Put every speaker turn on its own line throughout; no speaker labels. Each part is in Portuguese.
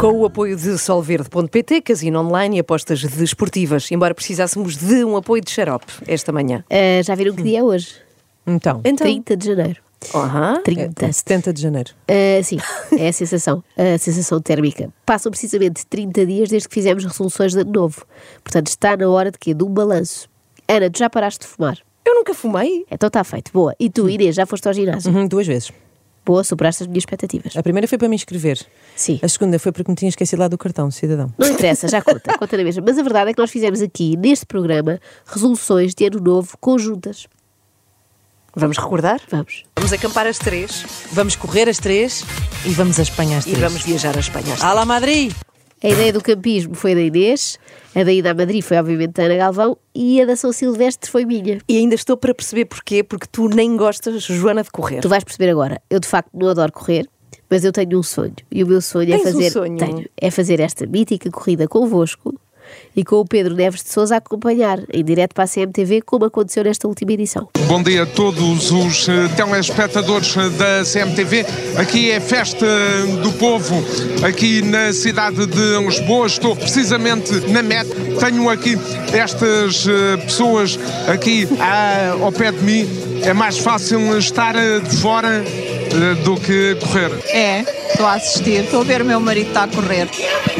Com o apoio de solverde.pt, casino online e apostas desportivas. Embora precisássemos de um apoio de xarope esta manhã.
Ah, já viram que dia é hoje?
Então,
Então,
30 de janeiro.
aham.
30.
70 de janeiro.
Ah, sim, é a sensação, a sensação térmica. Passam precisamente 30 dias desde que fizemos resoluções de ano novo. Portanto, está na hora de quê? De um balanço. Ana, tu já paraste de fumar?
eu nunca fumei.
Então está feito. Boa. E tu, Inês, já foste ao ginásio?
Uhum, duas vezes.
Boa, superaste as minhas expectativas.
A primeira foi para me inscrever.
Sim.
A segunda foi porque me tinha esquecido lá do cartão, cidadão.
Não interessa, já conta, conta na mesma. Mas a verdade é que nós fizemos aqui, neste programa, resoluções de ano novo conjuntas.
Vamos recordar?
Vamos.
Vamos acampar às três
Vamos correr às três e vamos a Espanha às
e
três.
vamos viajar à Espanha. às
Alá Madrid!
A ideia do campismo foi da Inês, a da ida a Madrid foi, obviamente, da Ana Galvão e a da São Silvestre foi minha.
E ainda estou para perceber porquê, porque tu nem gostas, Joana, de correr.
Tu vais perceber agora. Eu, de facto, não adoro correr, mas eu tenho um sonho. E o meu sonho é
Tens um
fazer.
sonho?
Tenho, é fazer esta mítica corrida convosco e com o Pedro Neves de Souza a acompanhar em direto para a CMTV, como aconteceu nesta última edição.
Bom dia a todos os eh, telespectadores eh, da CMTV. Aqui é Festa do Povo, aqui na cidade de Lisboa. Estou precisamente na meta. Tenho aqui estas eh, pessoas aqui ah, ao pé de mim. É mais fácil estar eh, de fora eh, do que correr.
É, estou a assistir, estou a ver o meu marido está a correr.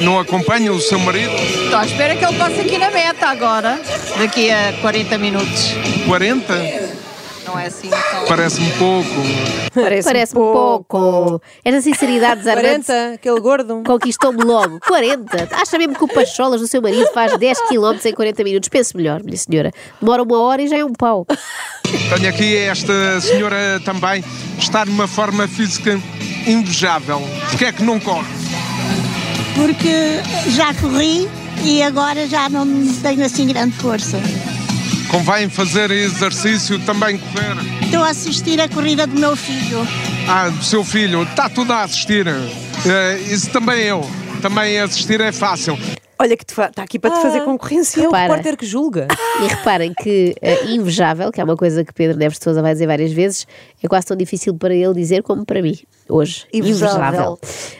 Não acompanha o seu marido?
Estou à espera que ele passe aqui na meta agora, daqui a 40 minutos.
40?
Não é assim tão.
Parece-me pouco.
Parece, um
Parece-me pouco. Esta sinceridade dos Armandos
40, aquele gordo.
Conquistou-me logo. 40. Acha mesmo que o Pacholas do seu marido faz 10 km em 40 minutos? Pense melhor, minha senhora. Demora uma hora e já é um pau.
Tenho aqui esta senhora também, está numa forma física invejável. Porquê é que não corre?
porque já corri e agora já não tenho assim grande força.
Convém fazer exercício, também correr.
Estou a assistir a corrida do meu filho.
Ah, do seu filho, está tudo a assistir. Eh, isso também eu. Também assistir é fácil.
Olha que está
tá
aqui para te fazer concorrência.
É o
Repara.
repórter que julga.
Ah,
E reparem que eh, invejável, que é uma coisa que Pedro Neves de Souza vai dizer várias vezes, é quase tão difícil para ele dizer como para mim, hoje.
Invejável.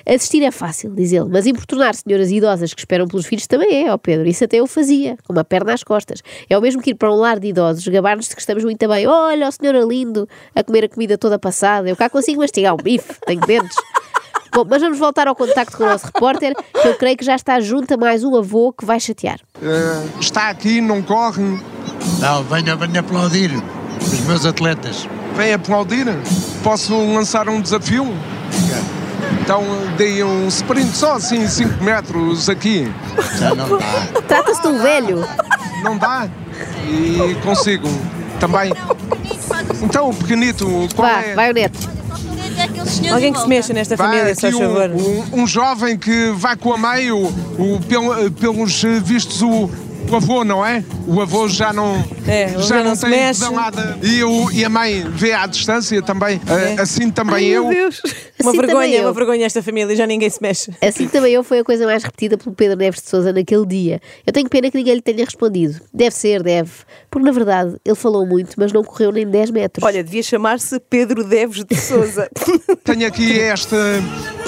Assistir é fácil, diz ele, mas importunar senhoras idosas que esperam pelos filhos também é, ó Pedro. Isso até eu fazia, com uma perna às costas. É o mesmo que ir para um lar de idosos, gabar-nos de que estamos muito bem. Olha, o senhor é lindo, a comer a comida toda passada. Eu cá consigo mastigar um bife, tenho dentes. Bom, mas vamos voltar ao contacto com o nosso repórter, que eu creio que já está junto a mais um avô que vai chatear.
Eh, está aqui, não corre,
Não, venha, venha aplaudir os meus atletas.
vem aplaudir. Posso lançar um desafio? Então dei um sprint só assim, 5 metros aqui.
Já não dá.
Trata-se de um velho.
Não dá. E consigo também. Então, o pequenito, qual
Vá,
é?
vai o neto.
Alguém que se mexa nesta
Vai
família, se
aqui
faz favor.
um, um, um jovem que vai com a mãe, o, o- pel- pelos vistos, o, o avô, não é? O avô já não,
É, ele já não se
tem
mexe.
razão nada. E, o, e a mãe vê à distância também,
É.
a- assim também eu.
Uma
Assim também
vergonha,
eu.
uma vergonha esta família, já ninguém se mexe.
Assim também eu foi a coisa mais repetida pelo Pedro Neves de Souza naquele dia. Eu tenho pena que ninguém lhe tenha respondido. Deve ser, deve. Porque na verdade ele falou muito, mas não correu nem 10 metros.
Olha, devia chamar-se Pedro Deves de Souza.
Tenho aqui esta,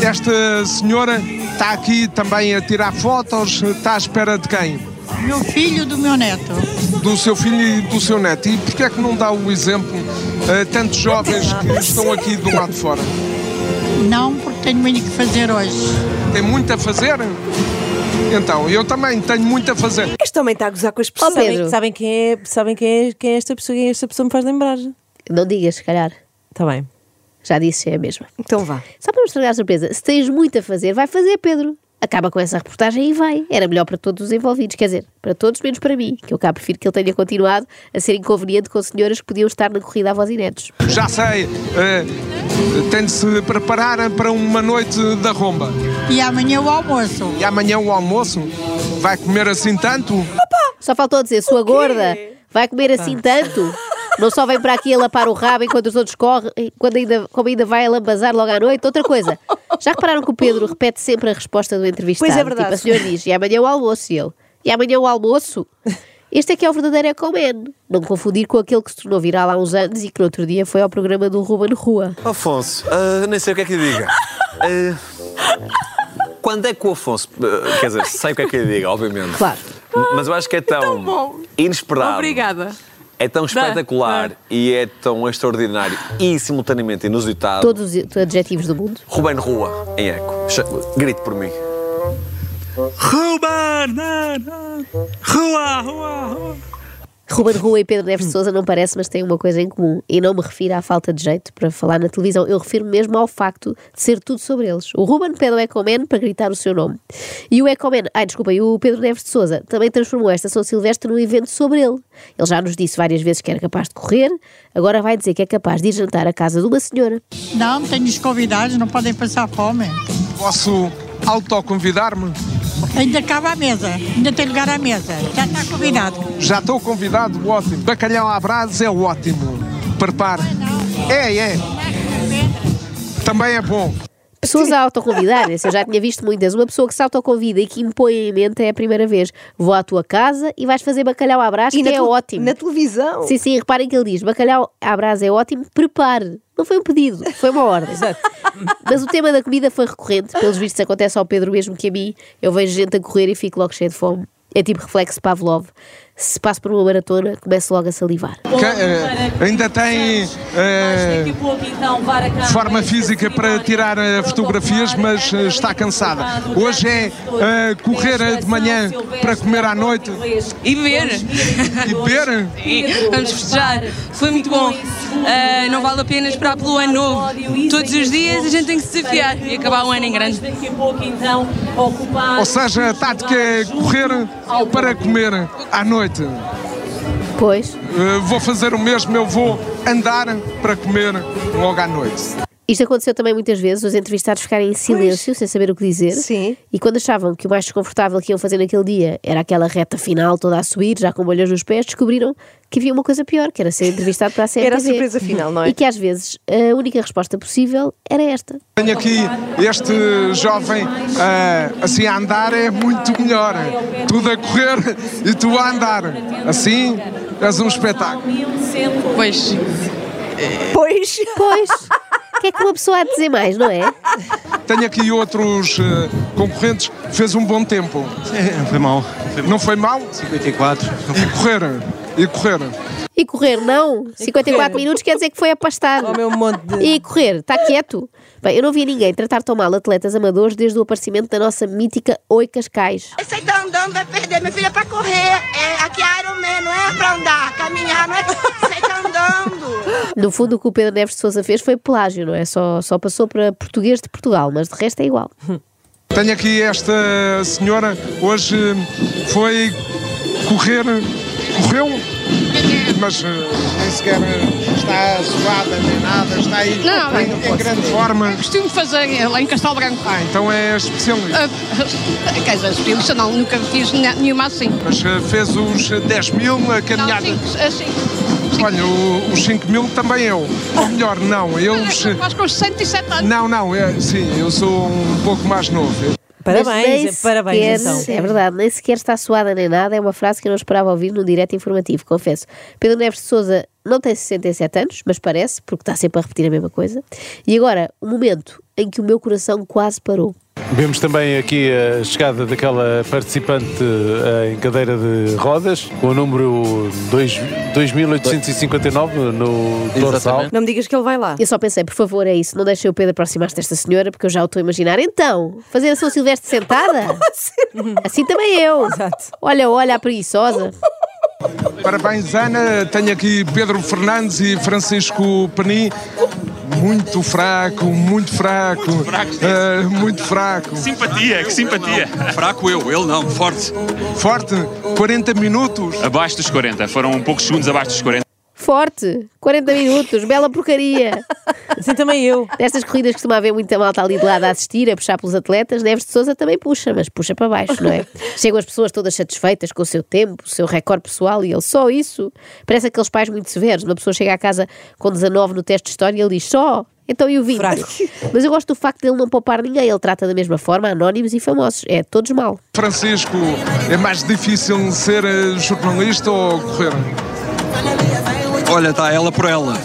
esta senhora, está aqui também a tirar fotos, está à espera de quem?
Meu filho do meu neto.
do seu filho e do seu neto. E porquê é que não dá o exemplo a tantos jovens que estão aqui do lado de fora?
Não, porque tenho muito que fazer hoje.
Tem muito a fazer? Então, eu também tenho muito a fazer.
este homem está a gozar com as
Oh,
pessoas.
Pedro,
Sabem, sabem quem, é, sabem quem, é, quem é esta pessoa? Quem esta pessoa me faz lembrar?
não digas, se calhar.
Está bem.
Já disse, é a mesma.
Então vá.
Só para mostrar a surpresa, se tens muito a fazer, vai fazer, Pedro. Acaba com essa reportagem e vai. Era melhor para todos os envolvidos, quer dizer, para todos menos para mim, que eu cá prefiro que ele tenha continuado a ser inconveniente com senhoras que podiam estar na corrida a voz e netos.
Já sei, eh, tem de se preparar para uma noite da romba.
E amanhã o almoço.
E amanhã o almoço? Vai comer assim tanto?
Só faltou dizer, sua gorda, vai comer assim tanto? Não só vem para aqui a lapar o rabo enquanto os outros correm, eh, quando ainda, como ainda vai a lambazar logo à noite. Outra coisa, já repararam que o Pedro repete sempre a resposta do entrevistado?
Pois é verdade.
Tipo, a senhora diz, e amanhã o almoço, e ele, e amanhã o almoço? Este é que é o verdadeiro Ecoman. Não confundir com aquele que se tornou viral há uns anos e que no outro dia foi ao programa do Ruben Rua.
Afonso, ah, nem sei o que é que lhe diga. Ah, Quando é que o Afonso. eh, Quer dizer, sei o que é que ele diga, obviamente.
Claro.
Mas eu acho que é tão,
bom.
inesperado.
Obrigada.
É tão espetacular
dá.
e é tão extraordinário e simultaneamente inusitado.
Todos os adjetivos do mundo.
Ruben Rua, em eco. Ch- Grite por mim. Ruben! Rua, rua, rua!
Ruben Rua e Pedro Neves de Souza não parece, mas têm uma coisa em comum. E não me refiro à falta de jeito para falar na televisão. Eu refiro mesmo ao facto de ser tudo sobre eles. O Ruben pede ao Ecoman para gritar o seu nome. E o Ecoman, ai desculpa, e o Pedro Neves de Souza também transformou esta São Silvestre num evento sobre ele. Ele já nos disse várias vezes que era capaz de correr, agora vai dizer que é capaz de ir jantar à casa de uma senhora.
Não, tenho os convidados, não podem passar fome.
Posso autoconvidar-me?
Ainda cabe à mesa, ainda tem lugar à mesa. Já está combinado.
Já estou convidado, ótimo. Bacalhau à brás é ótimo. Prepare. É, é. Também é bom.
Pessoas a autoconvidarem-se, eu já tinha visto muitas. Uma pessoa que se autoconvida e que impõe em mente é a primeira vez. Vou à tua casa e vais fazer bacalhau à brás, que
na
é
tele-
ótimo.
Na televisão.
Sim, sim, reparem que ele diz: bacalhau à brasa é ótimo, prepare. Não foi um pedido, foi uma ordem. Mas o tema da comida foi recorrente. Pelos vistos, acontece ao Pedro mesmo que a mim. Eu vejo gente a correr e fico logo cheio de fome. É tipo reflexo Pavlov. Se passo por uma maratona, começo logo a salivar.
Que- eh, ainda tem eh,
então,
forma física para tirar eh, fotografias, mas eh, está cansada. Hoje é eh, correr eh, de manhã para comer à noite
E ver.
é
e beber.
Vamos festejar. Foi muito bom. Ah, não vale a pena esperar pelo ano novo. Todos os dias a gente tem que se desafiar e acabar o ano em grande.
Ou seja, a tática é correr para comer à noite.
Pois,
Eh, vou fazer o mesmo, eu vou andar para comer logo à noite.
Isto aconteceu também muitas vezes, os entrevistados ficarem em silêncio, sem saber o que dizer.
Sim.
E quando achavam que o mais desconfortável que iam fazer naquele dia era aquela reta final, toda a subir, já com bolhas nos pés, descobriram que havia uma coisa pior, que era ser entrevistado para a CMTV.
Era a surpresa final, não é?
E que às vezes a única resposta possível era esta.
Tenho aqui este jovem ah, assim a andar é muito melhor. Tudo a correr e tu a andar. Assim és um espetáculo.
Pois,
Pois.
Pois, o que é que uma pessoa há de dizer mais, não é?
Tenho aqui outros ah, concorrentes. Fez um bom tempo.
Foi mal.
Não foi mal?
54.
E correr. E correr.
E correr, não. 54 minutos quer dizer que foi apastado.
Oh,
O meu monte de.
E correr, está quieto. Bem, eu não vi ninguém tratar tão mal atletas amadores desde o aparecimento da nossa mítica Oi Cascais.
Você tá andando, vai perder. Minha filha, é pra correr. É, aqui é Iron Man, não é pra andar. Caminhar, não é. Você tá andando.
No fundo, o que o Pedro Neves de Souza fez foi pelágio, não é? Só, só passou para português de Portugal, mas de resto é igual.
Tenho aqui esta senhora. Hoje ah, foi correr. Correu? Mas ah, nem sequer ah, está suada nem nada. Está aí
Não,
em, em grande forma.
Costumo fazer eh, lá em Castelo Branco. Eh,
Ah, então é especialista.
Quer dizer, filhos, não, nunca fiz nenhuma assim.
Mas eh, fez os 10 mil a caminhada.
assim.
Olha, o- os 5 mil também eu. Ou melhor, não, eu. os-
com 107 anos.
Não, não, é, sim, eu sou um pouco mais novo. Eu-
Mas nem
Parabéns, é parabéns
sequer-
então.
É verdade, nem sequer está suada nem nada. É uma frase que eu não esperava ouvir num direto informativo, confesso. Pedro Neves de Souza não tem 67 anos, mas parece, porque está sempre a repetir a mesma coisa. E agora, o momento em que o meu coração quase parou.
Vemos também aqui a chegada daquela participante eh, em cadeira de rodas, com o número dois- 2859 no dorsal.
Não me digas que ele vai lá.
Eu só pensei, por favor, é isso, não deixem o Pedro aproximar-se desta senhora, porque eu já o estou a imaginar. Então, fazer a São Silvestre sentada? assim também eu. Olha, olha, a preguiçosa.
Parabéns, Ana. Tenho aqui Pedro Fernandes e Francisco Penin. Muito fraco, muito fraco. Muito fraco. muito fraco.
Simpatia, que simpatia!
Fraco eu, ele não, forte.
Forte, 40 minutos.
Abaixo dos 40, foram poucos segundos abaixo dos 40.
Forte, 40 minutos, bela porcaria.
Assim também eu.
Nestas corridas costuma haver muita malta ali de lado a assistir, a puxar pelos atletas. Neves de Souza também puxa, mas puxa para baixo, não é? Chegam as pessoas todas satisfeitas com o seu tempo, o seu recorde pessoal e ele só isso. Parece aqueles pais muito severos. Uma pessoa chega à casa com 19 no teste de história e ele diz só. Então e o 20?
Fraco.
Mas eu gosto do facto dele não poupar ninguém. Ele trata da mesma forma anónimos e famosos. É todos mal.
Francisco, é mais difícil ser eh, jornalista ou correr?
Olha, está ela por ela.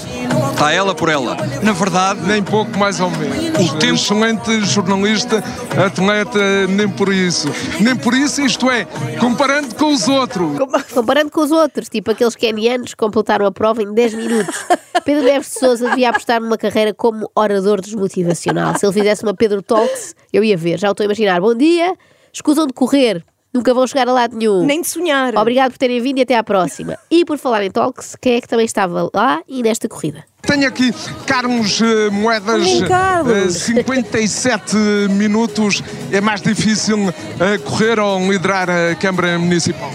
Está ela por ela.
Na verdade, nem pouco mais ou menos. O tempo... Excelente jornalista, atleta, nem por isso. Nem por isso, isto é, comparando com os outros.
Comparando com os outros, tipo aqueles kenianos que completaram a prova em 10 minutos. Pedro Neves de Souza devia apostar numa carreira como orador desmotivacional. Se ele fizesse uma Pedro Talks, eu ia ver. Já o estou a imaginar. Bom dia, escusam de correr. Nunca vão chegar a lado nenhum.
Nem de sonhar.
Obrigado por terem vindo e até à próxima. E por falar em Talks, quem é que também estava lá e nesta corrida?
Tenho aqui Carlos eh, Moedas,
Olhem, Carlos.
eh, 57 minutos. É mais difícil eh, correr ou liderar a Câmara Municipal?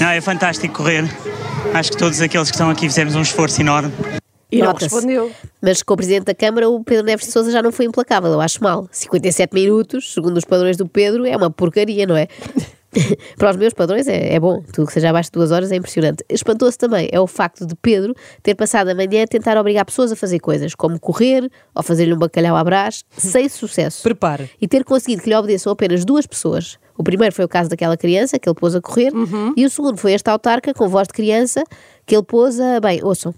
Não, é fantástico correr. Acho que todos aqueles que estão aqui fizemos um esforço enorme.
E não
Nota-se.
respondeu.
Mas com o Presidente da Câmara, o Pedro Neves de Souza já não foi implacável, eu acho mal. 57 minutos, segundo os padrões do Pedro, é uma porcaria, não é? Para os meus padrões é, é bom, tudo que seja abaixo de duas horas é impressionante. Espantou-se também é o facto de Pedro ter passado a manhã a tentar obrigar pessoas a fazer coisas, como correr ou fazer-lhe um bacalhau à brás, sem sucesso.
Prepara.
E ter conseguido que lhe obedeçam apenas duas pessoas. O primeiro foi o caso daquela criança que ele pôs a correr,
Uhum.
e o segundo foi esta autarca com voz de criança que ele pôs a. Bem, ouçam.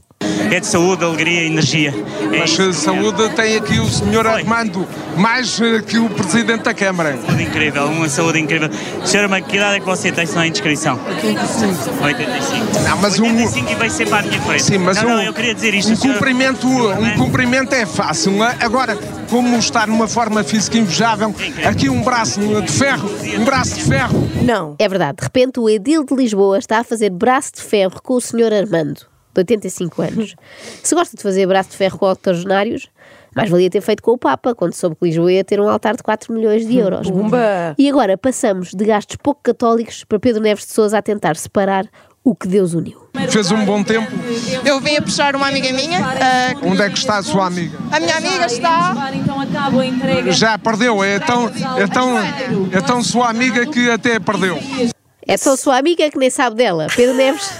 É de saúde, alegria e energia. É
Mas
isso,
eh, saúde tem aqui o Sr. Armando, mais eh, que o Presidente da Câmara.
saúde incrível, uma saúde incrível. Senhora, mas que idade é que você tem, se não é inscrição? 85. 85.
Não, mas um-
85 e vai ser para a minha frente.
Sim, mas
não,
um,
não, eu queria dizer isto.
um
senhora-
cumprimento, um cumprimento é fácil. não é? Agora, como está numa forma física invejável, aqui um braço de ferro, um braço de ferro.
Não.
É verdade. De repente, o Edil de Lisboa está a fazer braço de ferro com o Sr. Armando, de 85 anos. Se gosta de fazer braço de ferro com octogenários, mais valia ter feito com o Papa, quando soube que Lisboa ia ter um altar de 4 milhões de euros.
Pumba!
E agora passamos de gastos pouco católicos para Pedro Neves de Souza a tentar separar o que Deus uniu.
Fez um bom tempo.
Eu vim a puxar uma amiga minha. ah,
Onde é que está a sua amiga?
a minha amiga está. Então acabo a entrega.
Já perdeu, é tão, é tão, é tão sua amiga que até perdeu.
É só sua amiga que nem sabe dela. Pedro Neves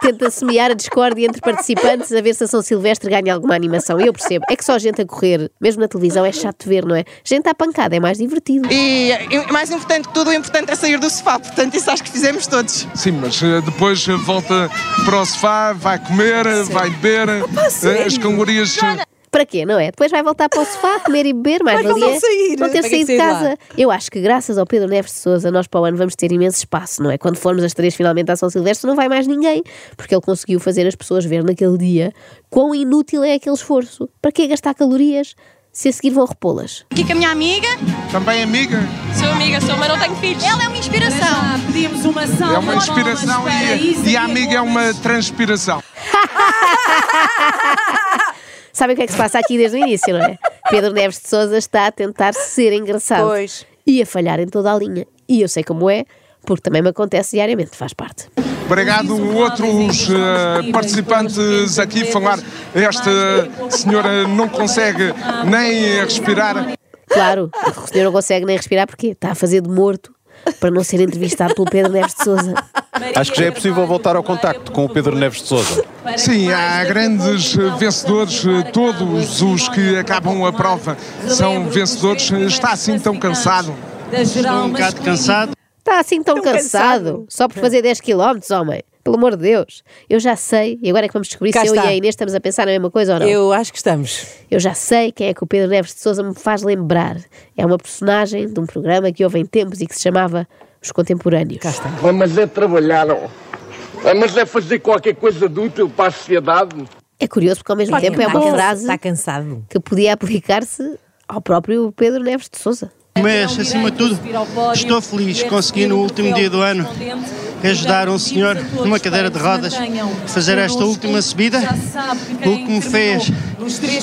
tenta semear a discórdia entre participantes a ver se a São Silvestre ganha alguma animação. Eu percebo. É que só gente a correr, mesmo na televisão, é chato de ver, não é? Gente à pancada é mais divertido.
E e mais importante que tudo, o importante é sair do sofá. Portanto, isso acho que fizemos todos.
Sim, mas eh, depois eh, volta para o sofá, vai comer, eh, vai beber, eh,
sério?
as calorias. eh,
Para quê, não é? Depois vai voltar para o sofá, comer e beber, mais
Mas não
valia
sair,
não ter
tem é que
saído de
sair
casa.
lá.
Eu acho que graças ao Pedro Neves de Souza, nós para o ano vamos ter imenso espaço, não é? Quando formos as três finalmente à São Silvestre, não vai mais ninguém, porque ele conseguiu fazer as pessoas ver naquele dia quão inútil é aquele esforço. Para que gastar calorias se a seguir vão repô-las?
Aqui com a minha amiga.
Também amiga?
Sou amiga, sou, mas não tenho filhos. Ela é uma inspiração. Pedimos uma salva.
É uma inspiração e, e a amiga é uma transpiração.
Sabem o que é que se passa aqui desde o início, não é? Pedro Neves de Souza está a tentar ser engraçado
Pois.
e a falhar em toda a linha. E eu sei como é, porque também me acontece diariamente, faz parte.
Obrigado, outros eh, participantes aqui falar. Esta
um
senhora não consegue nem respirar.
Claro, o senhor não consegue nem respirar porque está a fazer de morto para não ser entrevistado pelo Pedro Neves de Souza.
Acho que já é possível voltar ao contacto com o Pedro Neves de Souza.
Sim, há grandes eh, vencedores, eh, todos os que acabam a prova são vencedores. Está assim tão cansado.
Estou um
bocado cansado.
Está assim tão cansado,
cansado.
só por fazer 10 km, homem. Pelo amor de Deus. Eu já sei, e agora é que vamos descobrir
Cá
se eu
está.
e a Inês estamos a pensar na mesma coisa ou não.
Eu acho que estamos.
Eu já sei quem é que o Pedro Neves de Souza me faz lembrar. É uma personagem de um programa que houve em tempos e que se chamava Os Contemporâneos. Cá está.
Vamos é trabalhar, não. Vamos é fazer qualquer coisa de útil para a sociedade.
É curioso porque ao mesmo
Está
tempo é uma
cansado.
frase
Está
cansado. que podia aplicar-se ao próprio Pedro Neves de Souza.
Mas, acima de tudo, estou feliz. Consegui no último dia do ano ajudar um senhor numa cadeira de rodas a fazer esta última subida, o que me fez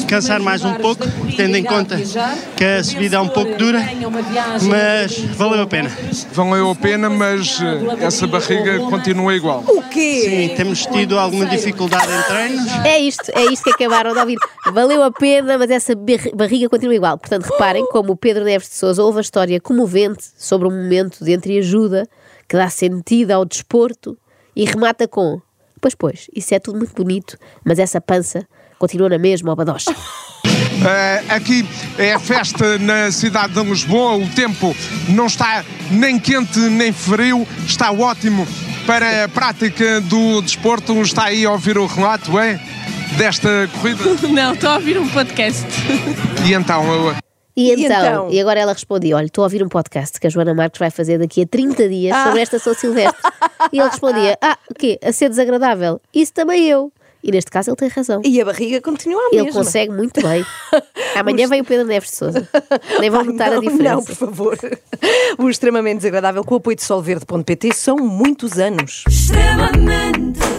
cansar mais um pouco, tendo em conta que a subida é um pouco dura, mas valeu a pena.
Valeu a pena, mas eh, essa barriga continua igual.
O quê? Sim, temos tido alguma dificuldade em treinos.
É isto, é isto que acabaram de ouvir. Valeu a pena, mas essa bar- barriga continua igual. Portanto, reparem como o Pedro Neves de Souza houve a história comovente sobre um momento de entreajuda que dá sentido ao desporto e remata com: Pois, pois, isso é tudo muito bonito, mas essa pança continua na mesma, ó badocha.
Eh, aqui é a festa na cidade de Lisboa. O tempo não está nem quente nem frio, está ótimo para a prática do desporto. Está aí a ouvir o relato, é? desta corrida?
Não, estou a ouvir um podcast.
E então, eu-
E então, e
E então?
agora ela respondia: Olha, estou a ouvir um podcast que a Joana Marques vai fazer daqui a 30 dias sobre esta São Silvestre. e ele respondia: Ah, o quê? A ser desagradável? Isso também eu. E neste caso ele tem razão.
E a barriga continua a
Ele
mesma.
consegue muito bem. Amanhã vem o Pedro Neves de Souza. Nem vão notar a
não,
diferença.
Não, por favor. O extremamente desagradável com o apoio de solverde.pt são muitos anos.
Extremamente.